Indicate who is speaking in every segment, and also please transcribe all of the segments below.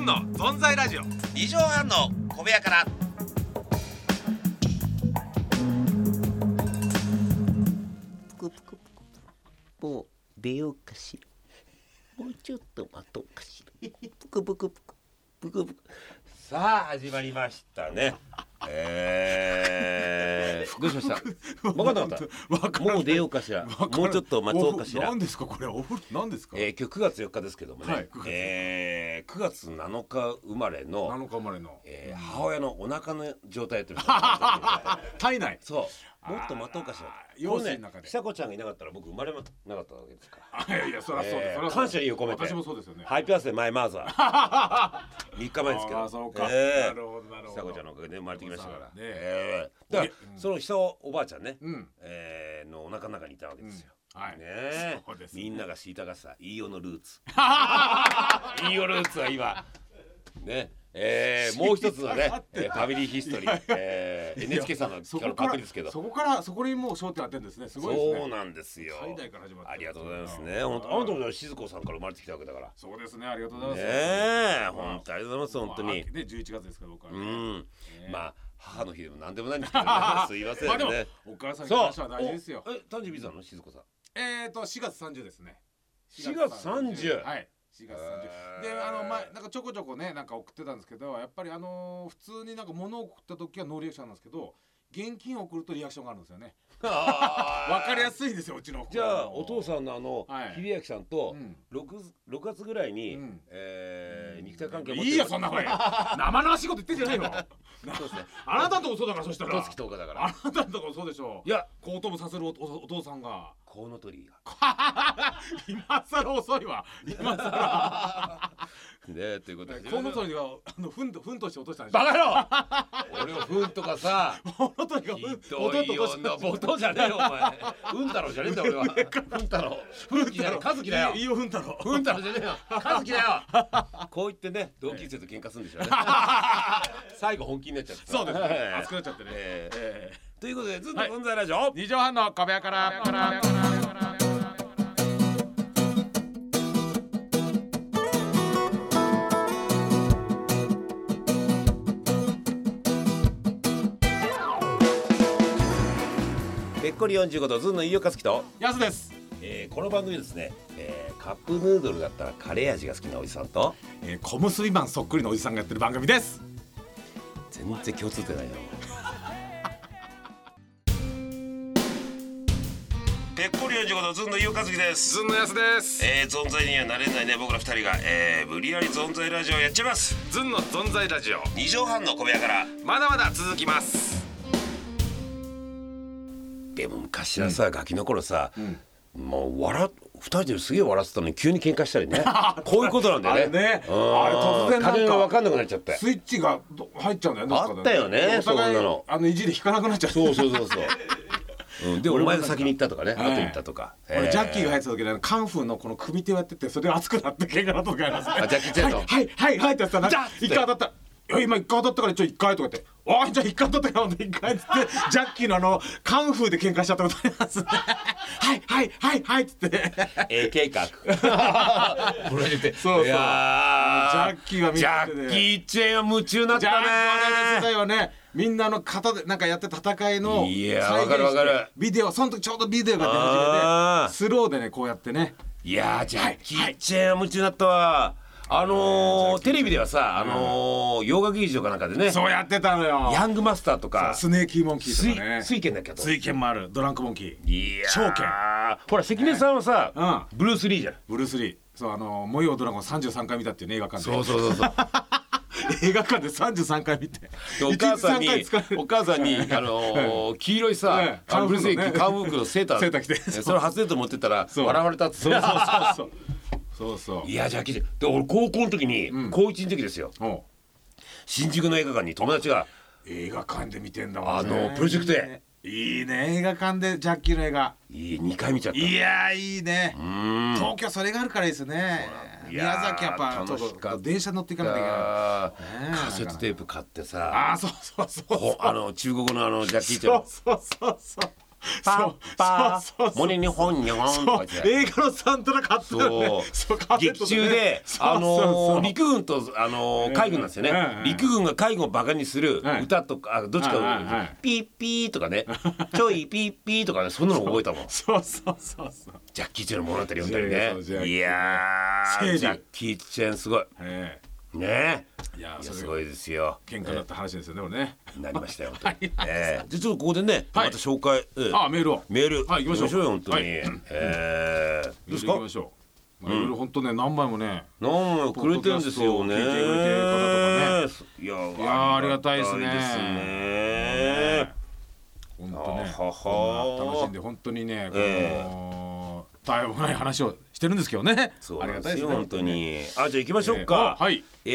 Speaker 1: の存在ラジオ
Speaker 2: 二畳半の小部屋から
Speaker 3: ぷくぷくぷくもう出ようかしらもうちょっと待とうかしらぷくぷくぷくぷくぷく
Speaker 2: さあ始まりました ねえー、復唱した 分かんなかっ
Speaker 1: わ
Speaker 2: たもう出ようかしらもうちょっと待とうかしら
Speaker 1: 何ですかこれお風呂何ですか、
Speaker 2: えー、今日9月4日ですけどもね、
Speaker 1: はい9月
Speaker 2: えー、9月7日生まれの、
Speaker 1: 7日生まれの
Speaker 2: えー、母親のお腹の状態と いうか
Speaker 1: 体内
Speaker 2: そうもっと待とうかしら
Speaker 1: ー用水の中で
Speaker 2: これね久子ちゃんがいなかったら僕生まれなかったわけですから
Speaker 1: あいやいやそりゃそうです、
Speaker 2: えー
Speaker 1: そりゃ
Speaker 2: 感謝の意を込めて
Speaker 1: 私もそうですよね
Speaker 2: ハイピアスでマイマーザー 三日前ですけど
Speaker 1: あーそうか、
Speaker 2: え
Speaker 1: なる
Speaker 2: ー
Speaker 1: ほどなるほ
Speaker 2: 久
Speaker 1: ど
Speaker 2: 子ちゃんのおかげで生まれてきましたから、
Speaker 1: ね
Speaker 2: えーだから、その久おおばあちゃんね、
Speaker 1: うん
Speaker 2: えーのお腹の中にいたわけですよ、
Speaker 1: はい
Speaker 2: ねえ
Speaker 1: そうですね
Speaker 2: みんなが知りたがってた飯尾のルー ツ飯尾ルーツは今ねえーもう一つの ね、えーファミリーヒストリー、えー、NHK さんの
Speaker 1: そ
Speaker 2: から
Speaker 1: こ
Speaker 2: のパ
Speaker 1: か
Speaker 2: ク
Speaker 1: ら
Speaker 2: リですけど
Speaker 1: そこからそこにもう焦点当てるんですねすごいですね
Speaker 2: そうなんですよ
Speaker 1: 海外から始まってる
Speaker 2: ありがとうございますね本当あなたも静子さんから生まれてきたわけだから
Speaker 1: そうですねありがとうござい
Speaker 2: ね
Speaker 1: ます、
Speaker 2: え本当ありがとうございます本当
Speaker 1: まあ
Speaker 2: に
Speaker 1: 秋ね11月ですから僕はね、
Speaker 2: うん
Speaker 1: え
Speaker 2: まあ母の日でも何でもないんですけど ねすい
Speaker 1: ま
Speaker 2: ま
Speaker 1: あ
Speaker 2: せ
Speaker 1: で
Speaker 2: ん
Speaker 1: も
Speaker 2: ね
Speaker 1: お母さんに
Speaker 2: そう
Speaker 1: 話は大事ですよ
Speaker 2: おえ誕生日いつなの静子さん
Speaker 1: えーと4月30ですね
Speaker 2: 4月30
Speaker 1: はい4月30
Speaker 2: へ
Speaker 1: で
Speaker 2: ー
Speaker 1: あの前なんかちょこちょこねなんか送ってたんですけどやっぱりあのー普通になんか物を送った時はノーリアクションなんですけど現金を送るとリアクションがあるんですよね わ
Speaker 2: わ
Speaker 1: かりや
Speaker 2: い
Speaker 1: すいですようちの子
Speaker 2: じゃあお父さんのあの
Speaker 1: はい
Speaker 2: 秀明さんと
Speaker 1: うん
Speaker 2: 六六月ぐらいに
Speaker 1: うん
Speaker 2: えー肉体関係を持って
Speaker 1: いいよそんな声 生々しいこと言ってんじゃないよ
Speaker 2: そうですね
Speaker 1: あなたのとこそうだから そしたら
Speaker 2: 十月10日だか
Speaker 1: あ
Speaker 2: ら
Speaker 1: なたのとこそうでしょ
Speaker 2: いや
Speaker 1: 後頭部させるおおお父さんが
Speaker 2: コウノト リが
Speaker 1: 今更遅いわ 今更
Speaker 2: ねということで
Speaker 1: コウノトリがあのふんとふんとして落としたんでしょ
Speaker 2: バカ野郎俺をふんとかさ
Speaker 1: コウノトリが
Speaker 2: ひ
Speaker 1: ふん
Speaker 2: どい
Speaker 1: 落としたんでし
Speaker 2: 女
Speaker 1: ょ
Speaker 2: ボトじゃねえよお前うんたろうじゃねえんだよ俺はふんたろうふんきじゃねえかずきだよ
Speaker 1: いいよ、ふんたろ。
Speaker 2: ふんたろうじゃねえよかずきだ よこう言ってね同級生と喧嘩するんでし ょうね最後本気になっちゃった
Speaker 1: そうです
Speaker 2: はい
Speaker 1: ね。熱くなっちゃってね。
Speaker 2: えー
Speaker 1: え
Speaker 2: ということでずっと
Speaker 1: はい
Speaker 2: 存在ラジオ、
Speaker 1: ー二畳半の壁屋から。
Speaker 2: ぺっこり45度ずんの飯尾和樹と、
Speaker 1: やすです。
Speaker 2: えー、この番組ですね、えー、カップヌードルだったらカレー味が好きなおじさんと
Speaker 1: えー、小結びマンそっくりのおじさんがやってる番組です。
Speaker 2: 全然共通点ないなぺっこり45度ずんの飯尾和樹です
Speaker 1: ずんのやすです。
Speaker 2: えー、存在にはなれないね僕ら二人が、えー、無理やり存在ラジオをやっちゃいます
Speaker 1: ずんの存在ラジオ。
Speaker 2: 二畳半の小部屋から
Speaker 1: まだまだ続きます。
Speaker 2: でも昔はさ、ガキの頃さ、
Speaker 1: ん
Speaker 2: もう笑っ二人ですげえ笑ってたのに急に喧嘩したり ねこういうことなんだよね
Speaker 1: あれね
Speaker 2: うん
Speaker 1: あれ突然なんか
Speaker 2: 加減が分かんなくなっちゃって
Speaker 1: スイッチがど入っちゃうんだよね。どかで
Speaker 2: あったよね
Speaker 1: お互い
Speaker 2: そんなの
Speaker 1: あの意地で引かなくなっちゃう。
Speaker 2: そうそうそうそう、うん、でお前が先に行ったとかね後
Speaker 1: い
Speaker 2: に行ったとか、
Speaker 1: 俺ジャッキー
Speaker 2: 入
Speaker 1: が入ってた時にカンフーのこの組手をやっててそれが熱くなって喧嘩だとかやりますね
Speaker 2: あジャッキーチェンの
Speaker 1: はいはいはいはいってやってたら
Speaker 2: ジャッ
Speaker 1: 一回当たったいや今一回当たったからちょ一回とか言っておいじゃあ一回当たったからほんで一回っつってジャッキーのあのカンフーで喧嘩しちゃったことありま すねはいはいはいはいっつってジ
Speaker 2: ええ計画 これで
Speaker 1: そうそう
Speaker 2: いや
Speaker 1: ジャッキーが見
Speaker 2: ジャ
Speaker 1: ててね
Speaker 2: ッキーチェンは夢中になっ
Speaker 1: ャッキ
Speaker 2: た
Speaker 1: ー我々世
Speaker 2: ね
Speaker 1: 代はねみんなの型でなんかやってた戦いの
Speaker 2: いやー
Speaker 1: 再現して
Speaker 2: わかるわかる
Speaker 1: ビデオその時ちょうどビデオが出
Speaker 2: あ
Speaker 1: 始め
Speaker 2: ー
Speaker 1: てスローでねこうやってね
Speaker 2: いやージャッキーチェンは夢中になったわあのー、テレビではさあのー、洋楽劇場かなんかでね
Speaker 1: そうやってたのよ
Speaker 2: ヤングマスターとか
Speaker 1: スネーキーモンキー
Speaker 2: 水
Speaker 1: とかね
Speaker 2: 水拳だっけど
Speaker 1: 水拳もあるドランクモンキー
Speaker 2: いやー
Speaker 1: 証券
Speaker 2: ほら関根さんはさ、ブルース・リーじゃん
Speaker 1: ブルース・リーそうあの「模様ドラゴン」33回見たっていうね映画館で
Speaker 2: そうそうそうそう
Speaker 1: 映画館で33回見て
Speaker 2: お母さんに
Speaker 1: 一日三回使える
Speaker 2: お母さんにあのー黄色いさ、
Speaker 1: ええ
Speaker 2: あのブルース・リーカ
Speaker 1: カ
Speaker 2: ウ
Speaker 1: ウ
Speaker 2: ン
Speaker 1: ン
Speaker 2: フーク
Speaker 1: フーク
Speaker 2: の
Speaker 1: の
Speaker 2: セーター
Speaker 1: セーター着て
Speaker 2: えそれ外れと持ってったら
Speaker 1: そう
Speaker 2: 笑われたって
Speaker 1: そうそうそうそうそうそ う
Speaker 2: いやジャッキーチェンで俺高校の時に、高一の時ですよ
Speaker 1: おう
Speaker 2: 新宿の映画館に友達が
Speaker 1: 映画館で見てんだもん
Speaker 2: あ
Speaker 1: ね
Speaker 2: のプロジェクト A
Speaker 1: いいね映画館でジャッキーの映画
Speaker 2: いい2回見ちゃった
Speaker 1: いやーいいね
Speaker 2: うん
Speaker 1: 東京それがあるからいいです
Speaker 2: そ
Speaker 1: ね
Speaker 2: うなんだいやー
Speaker 1: 宮崎やっぱちょ
Speaker 2: 楽し
Speaker 1: っ
Speaker 2: かった
Speaker 1: と電車乗っていかないといけない
Speaker 2: カ
Speaker 1: ねえ
Speaker 2: セットテープ買ってさ
Speaker 1: ああそうそうそう
Speaker 2: ほあの中国語のあのジャッキーチェン
Speaker 1: そうそうそうそうそう
Speaker 3: パ
Speaker 1: そうそう
Speaker 2: モネに本に本と
Speaker 1: そ
Speaker 2: か
Speaker 1: う
Speaker 2: 言って。
Speaker 1: 映画のサントラ買ってた よね
Speaker 2: そう
Speaker 1: カセッ
Speaker 2: 劇
Speaker 1: ト
Speaker 2: 中で、
Speaker 1: そう
Speaker 2: あ
Speaker 1: そう
Speaker 2: の
Speaker 1: そ
Speaker 2: ー
Speaker 1: う
Speaker 2: 陸軍と、あのー
Speaker 1: うん
Speaker 2: 海軍なんですよね、
Speaker 1: うんうん
Speaker 2: 陸軍が海軍をバカにする
Speaker 1: はい
Speaker 2: 歌とか、あどっちか、
Speaker 1: はいはいはい
Speaker 2: ピーピーとかね ちょいピーピーとかねそんなの覚えたもん
Speaker 1: そうそうそうそう
Speaker 2: ジャッキー・チェンの物語読んだりね
Speaker 1: そうジャッキー
Speaker 2: いや
Speaker 1: 聖
Speaker 2: ー
Speaker 1: 地
Speaker 2: ジャッキー・チェンすごい
Speaker 1: え
Speaker 2: ね
Speaker 1: えいや
Speaker 2: いや
Speaker 1: そ
Speaker 2: す
Speaker 1: れが
Speaker 2: ごいですよ
Speaker 1: 喧嘩だった話ですよねこれね
Speaker 2: なりましたよ本当に、ええ、でちょっとここでね、
Speaker 1: はい
Speaker 2: また紹介、ええ
Speaker 1: あメールを
Speaker 2: メール、
Speaker 1: はい行きましょう
Speaker 2: よ本当に、
Speaker 1: はい
Speaker 2: ええどうですか
Speaker 1: 行きましょうまあいろいろ本当ね何枚もね
Speaker 2: なんもくれてるんですよね。
Speaker 1: ポッドキャストを聞いてくれてる方
Speaker 2: いや
Speaker 1: いやーありがたいですね
Speaker 2: ありがたいですねあはは
Speaker 1: 本当ねこんな楽しんで本当にねこの大変もない話をしてるんですけどね
Speaker 2: そう
Speaker 1: あり
Speaker 2: なん
Speaker 1: が
Speaker 2: で
Speaker 1: た
Speaker 2: す
Speaker 1: いで
Speaker 2: よ
Speaker 1: すね
Speaker 2: 本当に。あじゃあ行きましょう
Speaker 1: え
Speaker 2: か。
Speaker 1: えあはい。
Speaker 2: え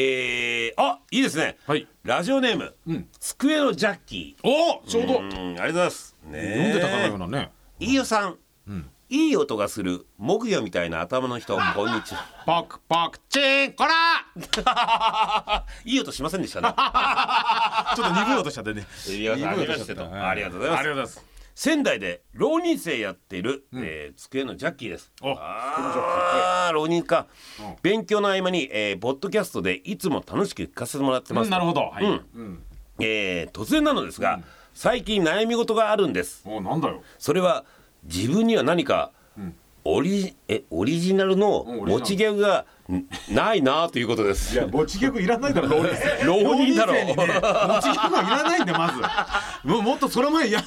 Speaker 2: ーあいいですね。
Speaker 1: はい
Speaker 2: ラジオネーム
Speaker 1: うん
Speaker 2: 机のジャッキー。
Speaker 1: おーちょうど
Speaker 2: うんありがとうございます。ね
Speaker 1: 読んでたかのようなね
Speaker 2: いいよさん。
Speaker 1: ん
Speaker 2: いい音がする木魚みたいな頭の 人こんにちは。
Speaker 1: パクパクチンこら
Speaker 2: いい音しませんでした ね。
Speaker 1: ちょっと鈍い音しちゃってね
Speaker 2: いやありがとうございますありがとうございます
Speaker 1: ありがとうございます
Speaker 2: 仙台で浪人生やっている、えー机のジャッキーです。
Speaker 1: お
Speaker 2: あー浪人か、
Speaker 1: うん
Speaker 2: 勉強の合間に、えー、ポッドキャストでいつも楽しく聞かせてもらってます、
Speaker 1: うんなるほどはい
Speaker 2: うん
Speaker 1: うん
Speaker 2: えー突然なのですが、最近悩み事があるんです
Speaker 1: おなんだよ
Speaker 2: それは自分には何か、
Speaker 1: ん
Speaker 2: オリえオリジナルの
Speaker 1: うんオリジナル
Speaker 2: 持ちギャグがんないなということで
Speaker 1: い
Speaker 2: す
Speaker 1: や、持ち客い らないだろ、浪人生。
Speaker 2: 浪人だろ
Speaker 1: 浪生にね持ち客はいらないんだよ、まず。もうもっとその前に、いや、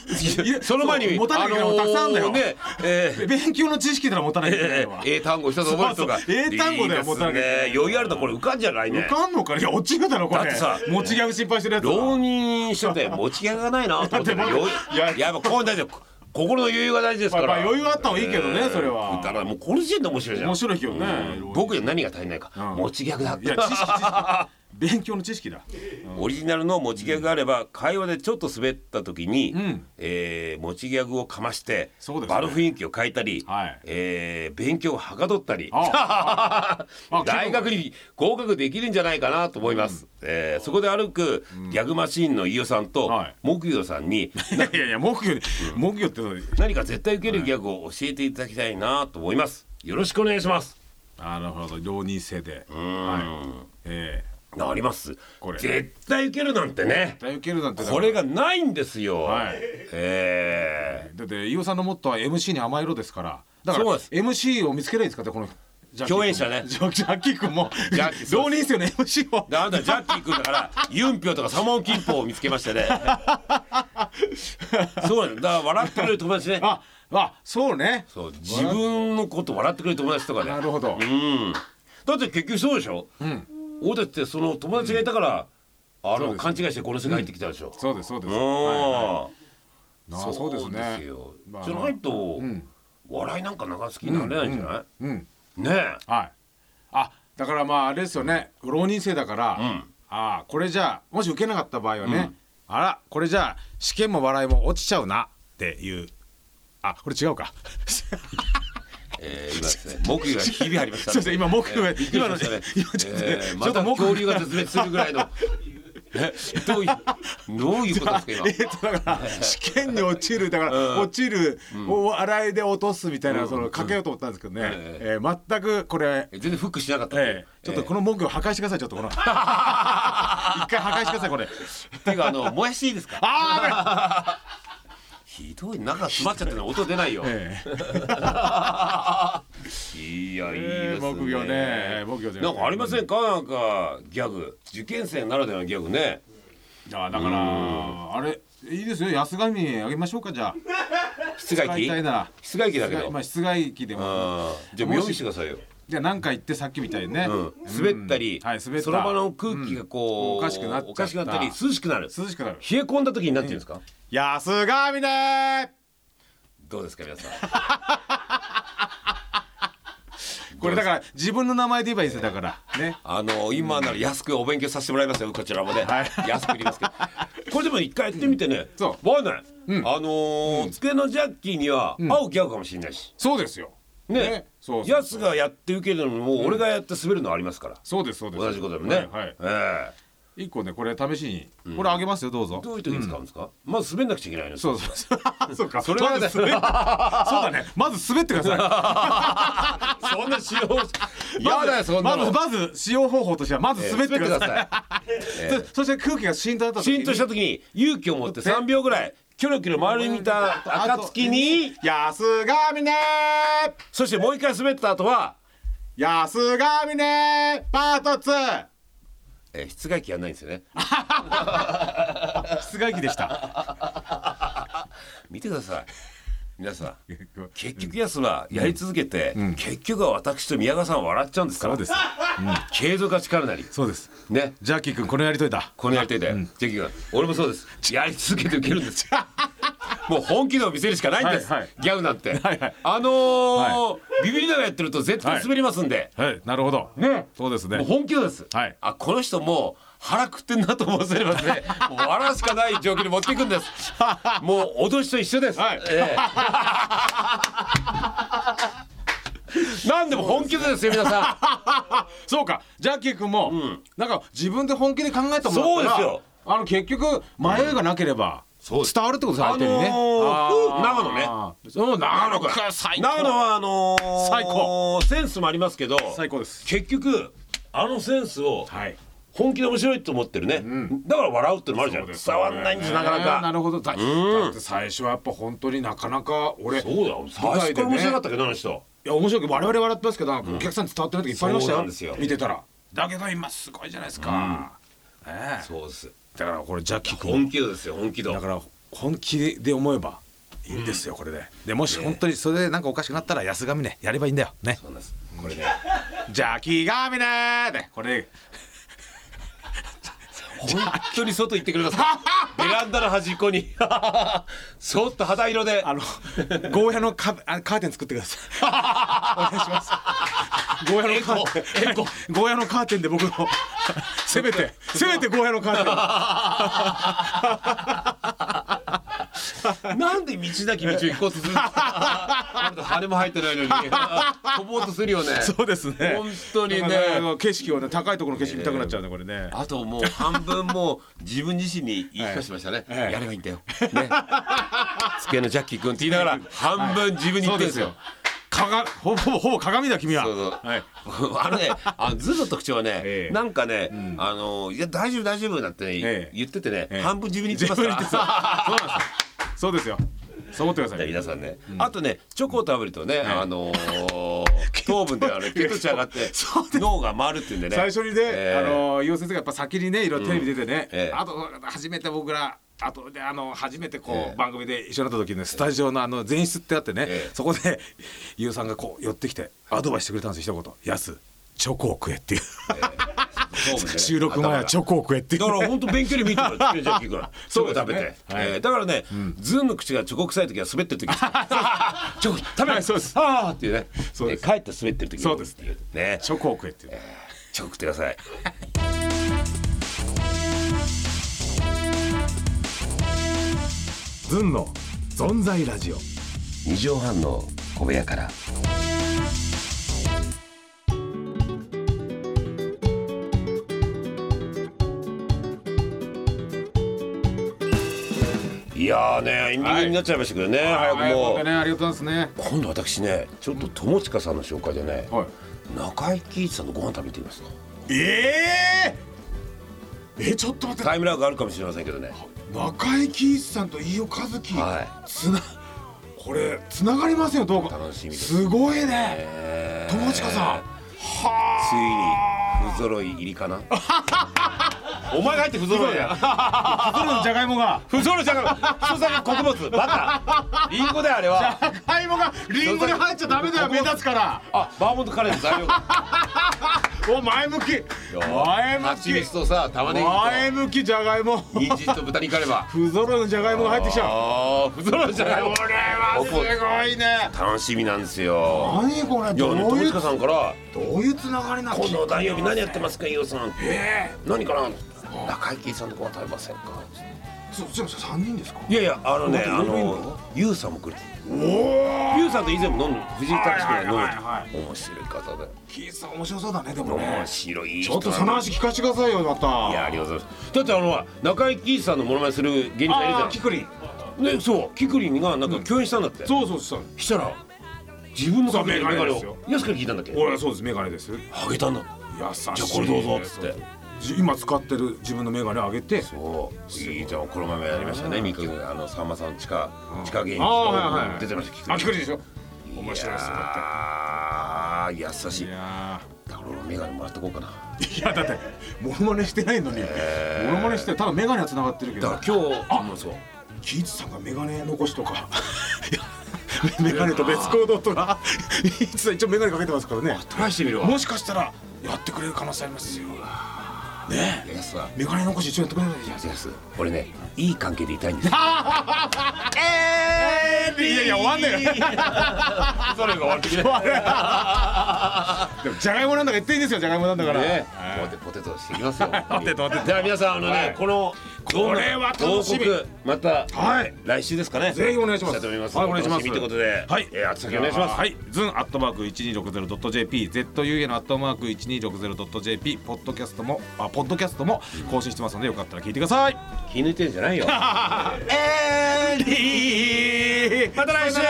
Speaker 1: いや
Speaker 2: その前に
Speaker 1: 持たなきゃいけないものたくさんあんだ
Speaker 2: あ
Speaker 1: よ。
Speaker 2: のーねえー
Speaker 1: 勉強の知識なら持たなき ゃいけない
Speaker 2: え
Speaker 1: わ。
Speaker 2: え英単語一つ覚えるとか
Speaker 1: そうそう英単語だよ
Speaker 2: いいです
Speaker 1: 持たなきゃいけな
Speaker 2: ね
Speaker 1: い
Speaker 2: 余裕あるとこれ浮かんじゃないね
Speaker 1: 受かんのかねいや、落ちるだろ、これ。
Speaker 2: だってさ
Speaker 1: 持ち客心配してるやつは。
Speaker 2: 浪人してて持ち家がないなと思って
Speaker 1: だって
Speaker 2: 余
Speaker 1: いや
Speaker 2: 裕やっぱこう大事だよ心の余裕が大事ですから、
Speaker 1: まあまあ余裕あった方がいいけどねそれは
Speaker 2: だからもうこれ時点で面白いじゃん
Speaker 1: 面白いけどね。
Speaker 2: 僕には何が足りないか、
Speaker 1: うん
Speaker 2: 持ちギャグだっ
Speaker 1: いや、知識、知識。勉強の知 識だ。
Speaker 2: オリジナルの持ちギャグがあれば、会話でちょっと滑った時に、
Speaker 1: うん
Speaker 2: えー持ちギャグをかまして、
Speaker 1: そうですね
Speaker 2: 場の雰囲気を変えたり、
Speaker 1: はい
Speaker 2: えー勉強をはかどったり
Speaker 1: ああ
Speaker 2: 大学に合格できるんじゃないかなと思います、えーそこで歩くギャグマシーンの飯尾さんと、
Speaker 1: はい
Speaker 2: 木魚さん に
Speaker 1: いやいやいや、木魚、木魚ってのは、
Speaker 2: 何か絶対受けるギャグを教えていただきたいなと思いますよろしくお願いします
Speaker 1: あなるほど、浪人生で。はい。ええ。
Speaker 2: あります
Speaker 1: これ
Speaker 2: 絶対受けるなんてね
Speaker 1: 大受けるなんてだから
Speaker 2: これがないんですよ、
Speaker 1: はい
Speaker 2: え
Speaker 1: だって飯尾さんのモットーは MC に甘い色ですからだか
Speaker 2: そ
Speaker 1: ら
Speaker 2: うです
Speaker 1: MC を見つけないんですかってこのジャッキー君
Speaker 2: 共演者ね
Speaker 1: ジャジャッキー君も
Speaker 2: ジャッキー
Speaker 1: 浪人生の MC を
Speaker 2: ーであなたジャッキー君だからユンピョとかサモンキンポを見つけました ねそうなんだだから笑ってくれる友達ね
Speaker 1: ああそうね
Speaker 2: そう自分のこと笑ってくれる友達とかね
Speaker 1: なるほど
Speaker 2: うんだって結局そうでしょ、うん、俺たちってその友達がいたから、あ
Speaker 1: そう
Speaker 2: の
Speaker 1: です
Speaker 2: 勘違いしてこの世界入ってきたでしょ、
Speaker 1: そうですそうです
Speaker 2: うん
Speaker 1: はいはいなあそうですね
Speaker 2: よ
Speaker 1: まあ
Speaker 2: じゃないと、
Speaker 1: ん
Speaker 2: 笑いなんか長好きになれないんじゃない、
Speaker 1: うん
Speaker 2: ね
Speaker 1: はいあだからまああれですよね浪人生だから、
Speaker 2: ん
Speaker 1: ああこれじゃあもし受けなかった場合はね、あらこれじゃあ試験も笑いも落ちちゃうなっていうあこれ違うか
Speaker 2: え、えー、今ですね木魚が日々ありました
Speaker 1: すいません今木魚が
Speaker 2: びっくりしましたね
Speaker 1: 今の今ちょっとね
Speaker 2: えーま
Speaker 1: ちょ
Speaker 2: た
Speaker 1: っと木魚
Speaker 2: 恐竜が絶滅するぐらいのえどういうどういうことですか今
Speaker 1: えっとだから試験に落ちるだから落ちるを笑いで落とすみたいなそのかけようと思ったんですけどね、えー全くこれ、
Speaker 2: え全然フックしなかった、
Speaker 1: えーちょっとこの文句を破壊してくださいちょっ とこの一回破壊してくださいこれ
Speaker 2: えーていうかあのもやしいいですか
Speaker 1: あ
Speaker 2: ひどい中詰まっちゃってるの音出ないよ
Speaker 1: ー、えー
Speaker 2: いやいいで
Speaker 1: え
Speaker 2: すね
Speaker 1: ー木魚ねえー木魚じゃな
Speaker 2: な
Speaker 1: くて
Speaker 2: んかありませんかなんかギャグ受験生ならではのギャグね
Speaker 1: いやだからあれいいですよ安紙あげましょうかじゃあ
Speaker 2: 室
Speaker 1: 使
Speaker 2: 外
Speaker 1: い
Speaker 2: 機
Speaker 1: たいなら
Speaker 2: 室外機だけ
Speaker 1: 室
Speaker 2: ど
Speaker 1: 外まあ室外機でも
Speaker 2: あーじゃあ用意してくださいよ、
Speaker 1: じゃあ何か言ってさっきみたいにね、
Speaker 2: うん、滑ったり、
Speaker 1: はい滑った
Speaker 2: その場の空気がこう、
Speaker 1: うんおかしくなっちゃった
Speaker 2: おかしくなったり涼しくなる
Speaker 1: 涼しくなる
Speaker 2: 冷え込んだ時になんて言うんですか、
Speaker 1: 安紙ねー
Speaker 2: どうですか皆さん
Speaker 1: これだから自分の名前で言えばいいですよだからね
Speaker 2: あの今なら安くお勉強させてもらいますよこちらもね、
Speaker 1: はい
Speaker 2: 安く売り ますけどこれでも一回やってみてね、
Speaker 1: そ
Speaker 2: わかんない、あのー机のジャッキーには合うギャグかもしれないし、
Speaker 1: そうですよ
Speaker 2: ね
Speaker 1: そうそう
Speaker 2: やつがやって受けるのも俺がやって滑るのありますから、
Speaker 1: そうですそうです
Speaker 2: 同じことでもね、
Speaker 1: はいはい
Speaker 2: ええ
Speaker 1: 一個ねこれ試しに、これあげますよどうぞ
Speaker 2: どういう時に使うんですか、まず滑んなくちゃいけないの
Speaker 1: そうそうそ うそうか
Speaker 2: それはね
Speaker 1: まず滑ってそうだねまず滑ってください
Speaker 2: そんな使用 やだよそんな
Speaker 1: まず
Speaker 2: の
Speaker 1: まず使用方法としてはまず滑ってください,、
Speaker 2: えー
Speaker 1: そそして空気が浸透だった時
Speaker 2: シーンとした時に勇気を持って3秒ぐらいキョロキョロ周り見た暁に
Speaker 1: 安がみね
Speaker 2: そしてもう一回滑った後は、
Speaker 1: 安がみねパート2
Speaker 2: えー、室外機やんないんですよね
Speaker 1: 室外機でした
Speaker 2: 見てください皆さん結局やすはやり続けて、結局は私と宮川さんは笑っちゃうんですか
Speaker 1: そ
Speaker 2: ら
Speaker 1: うです
Speaker 2: 継続が力なり
Speaker 1: そうです
Speaker 2: ね
Speaker 1: ジャッキー君このやりとりだ
Speaker 2: このやり手で、ジェキ君俺もそうですやり続けて受けるんです もう本気度を見せるしかないんです、
Speaker 1: はいはい
Speaker 2: ギャグなんて、
Speaker 1: はいはい
Speaker 2: あのービビりながらやってると絶対滑りますんで、
Speaker 1: はいなるほどねそうですね
Speaker 2: もう本気度です、
Speaker 1: はい
Speaker 2: あこの人もう腹くってんなと思わせればねもう笑うしかない状況に持っていくんです もう脅しと一緒です、
Speaker 1: はい
Speaker 2: え えなんでも本気度ですよ皆さん
Speaker 1: そうかジャッキー君も、なんか自分で本気で考えたも
Speaker 2: そ
Speaker 1: の
Speaker 2: うで
Speaker 1: だか
Speaker 2: す
Speaker 1: ら
Speaker 2: よ
Speaker 1: あの結局迷いがなければ
Speaker 2: そうです
Speaker 1: 伝わるってことです相手にね、
Speaker 2: あのー
Speaker 1: あー
Speaker 2: 長野ね
Speaker 1: そう長野か最高
Speaker 2: 長野はあのー
Speaker 1: 最高
Speaker 2: センスもありますけど
Speaker 1: 最高です
Speaker 2: 結局あのセンスを
Speaker 1: はい
Speaker 2: 本気で面白いと思ってるね、だから笑うってのもあるじゃん、伝わんないんですなかな
Speaker 1: えーな
Speaker 2: か、
Speaker 1: るほどだだって最初はやっぱ本当になかなか俺
Speaker 2: そうだよ最初から面白かったけどあの人
Speaker 1: いや面白いけど我々笑ってますけどなんかお客さんに伝わってない時いっぱいありました
Speaker 2: そ
Speaker 1: よ,、
Speaker 2: うなんですよ
Speaker 1: 見てたらだけど今すごいじゃないですか、ねえ
Speaker 2: そうです
Speaker 1: だからこれジャッキー君
Speaker 2: 本気度ですよ本気度
Speaker 1: だから本気で思えばいいんですよ、これででもし本当にそれでなんかおかしくなったら安神ねやればいいんだよね
Speaker 2: そうなんですこれね
Speaker 1: ジャッキー神ねでこれで
Speaker 2: 本当に外行ってくれますか ベランダの端っこに そっと肌色で
Speaker 1: あのゴーヤのカあカーテン作ってくださいお願いしますゴーヤのカーテン
Speaker 2: エコ
Speaker 1: ゴーヤのカーテン で僕のせめてせめてゴーヤのカーテン
Speaker 2: なんで道なき道を行こうとす るんですかあなた羽も生えて ないのに飛ぼうとするよね
Speaker 1: そうですね。
Speaker 2: 本当にね
Speaker 1: なんかあの景色をね、高いところの景色見たくなっちゃうね、これね。
Speaker 2: あともう半分もう自分自身に言い聞かせてましたね、
Speaker 1: ええ
Speaker 2: やればいいんだよ、ね、机のジャッキー君って言いながら半分自分に言ってるんですよ、
Speaker 1: かが、ほぼほぼほぼ鏡だ、君は。
Speaker 2: そうそう
Speaker 1: はい。
Speaker 2: あのね、あのズーの特徴はね、
Speaker 1: ええ
Speaker 2: なんかね、あのいや大丈夫大丈夫なんて、ね
Speaker 1: ええ
Speaker 2: 言っててね、
Speaker 1: ええ
Speaker 2: 半分自分に言ってますから。
Speaker 1: 自分にそうですよ。そう思ってください。
Speaker 2: 皆さん ね、あとねチョコを食べるとね、あのー 糖分であの血糖値上がって
Speaker 1: そうで
Speaker 2: 脳が回るっていうんでね
Speaker 1: 最初にね、
Speaker 2: ええ
Speaker 1: あの伊予先生がやっぱ先にねいろいろテレビ出てね、
Speaker 2: うんええ
Speaker 1: あと初めて僕らあとであの初めてこう、
Speaker 2: ええ
Speaker 1: 番組で一緒になった時にねスタジオのあの前室ってあってね、
Speaker 2: ええ
Speaker 1: そこで 伊予さんがこう寄ってきてアドバイスしてくれたんですよ一言「やすチョコを食え」っていう、
Speaker 2: 糖分でね
Speaker 1: 収録前はチョコを食えっていう
Speaker 2: だから本当勉強に見て るから、ジャッキー君。チョコ食べて、
Speaker 1: そうですねはい
Speaker 2: えーだからね、ズーム口がチョコ臭い時は滑ってる 時です。チョコ食べない、そうです。ああっていうね。
Speaker 1: そうです
Speaker 2: ね帰って滑ってる時。
Speaker 1: そうです
Speaker 2: ね。
Speaker 1: チョコを食えっていう。
Speaker 2: チョコ食ってください。
Speaker 1: ズンの存在ラジオ
Speaker 2: 二畳半の小部屋から。いやーね、エンディングになっちゃいましたけどね、早くもう
Speaker 1: はい。ねありがとうございますね
Speaker 2: 今度私ねちょっと友近さんの紹介でね、
Speaker 1: はい
Speaker 2: 中井貴一さんのご飯食べてみますか
Speaker 1: えええちょっと待って
Speaker 2: タイムラグがあるかもしれませんけどね
Speaker 1: 中井貴一さんと飯尾和樹、
Speaker 2: は
Speaker 1: つなこれつながりますよどうか
Speaker 2: 楽しみです
Speaker 1: すごいね
Speaker 2: え
Speaker 1: 友近さん
Speaker 2: はついに不揃い入りかな お前が入って不揃いや
Speaker 1: あのじゃがいもが
Speaker 2: 不揃いじゃん人さんが穀物バカリンゴだよあれは
Speaker 1: じゃがいもがリンゴに入っちゃダメだよ目立つから
Speaker 2: あバーモントカレーの材料が
Speaker 1: お前向き前向
Speaker 2: 蜂蜜
Speaker 1: き
Speaker 2: とさ玉ね
Speaker 1: 前向きじゃがいも
Speaker 2: ぎと人参と豚肉あれば
Speaker 1: 不揃いのじゃがいもが入ってきちゃう
Speaker 2: あー不揃いじゃ
Speaker 1: こ
Speaker 2: ない
Speaker 1: れはすごいね
Speaker 2: 楽しみなんですよ
Speaker 1: 何こ
Speaker 2: い
Speaker 1: れ
Speaker 2: やね
Speaker 1: どう
Speaker 2: 友
Speaker 1: いう
Speaker 2: 近さんから
Speaker 1: どういうつながりなの
Speaker 2: 今度何曜日何やってますか飯尾さん何かな中井貴一さんとご飯食べませんか
Speaker 1: そうじゃあ三人ですか
Speaker 2: いやいやあのね
Speaker 1: ま
Speaker 2: あ
Speaker 1: だいろいろいんの
Speaker 2: のユウさんも来る
Speaker 1: おお
Speaker 2: ユウさんと以前も飲んで藤井隆君が
Speaker 1: はいはいはいは
Speaker 2: 飲む面白い方で
Speaker 1: キースさん面白そうだねでもね
Speaker 2: 面白い
Speaker 1: ち
Speaker 2: 人
Speaker 1: ょっとその話聞かせてくださいよまた
Speaker 2: いやありがとうございますだってあの中井貴一さんのモノマネする芸人さんい
Speaker 1: あー
Speaker 2: るじ
Speaker 1: キクリン
Speaker 2: ゃんねそうキクリンがなんか共演したんだって、
Speaker 1: そうそうそう
Speaker 2: したら自分の
Speaker 1: そう
Speaker 2: かけてるメ
Speaker 1: メ
Speaker 2: ガ
Speaker 1: ガ
Speaker 2: ネ
Speaker 1: ネです
Speaker 2: を
Speaker 1: よ
Speaker 2: 安く聞いたんだっけ
Speaker 1: おやそうですメガネです優
Speaker 2: あげたんだ
Speaker 1: しい
Speaker 2: じゃあこれどうぞっつって
Speaker 1: じ今使ってる自分のメガネあげて
Speaker 2: そういいじゃんこの前もやりましたね三日あのさんまさん地下地下芸人
Speaker 1: ああはいはい
Speaker 2: 出てました
Speaker 1: あキクリンでしょ
Speaker 2: いやー
Speaker 1: 面白いっすよ
Speaker 2: 優しい
Speaker 1: いや
Speaker 2: だから俺もメガネもらってこうかな
Speaker 1: ーいやだってモノマネしてないのにモノマネしてただメガネは繋がってるけ
Speaker 2: だ
Speaker 1: ど
Speaker 2: から今日あもうそう
Speaker 1: キーツさんがメガネ残し とかいやメガネと別行動とかキーツさん一応メガネかけてますからね
Speaker 2: トライしてみるわ
Speaker 1: もしかしたらやってくれる可能性ありますよねえ
Speaker 2: やすは
Speaker 1: メガネ残し一応やってくれないじゃん
Speaker 2: やす俺ねいい関係でいたいんですよ
Speaker 1: いやいや終わんねえよ
Speaker 2: それが終わってきて
Speaker 1: でもじゃがいもなんだから言っていいんですよじゃがいもなんだから、
Speaker 2: ね、ポテポテトしてきますよ。
Speaker 1: ポテトポテト
Speaker 2: じゃあ皆さんあのね、
Speaker 1: はい
Speaker 2: この
Speaker 1: これは楽しみ
Speaker 2: 報告また
Speaker 1: はい
Speaker 2: 来週ですかね。
Speaker 1: ぜひお願いします
Speaker 2: したと思います。
Speaker 1: はいお願いします
Speaker 2: ということで、
Speaker 1: はい、
Speaker 2: えー、あつ先お願いします。
Speaker 1: はい、ズンアットマーク一二六ゼロドット JP、ZUA のアットマーク一二六ゼロドット JP、ポッドキャストもあポッドキャストも更新してますのでよかったら聞いてください。
Speaker 2: 気抜いてんじゃないよ。
Speaker 1: エンディーまた来週。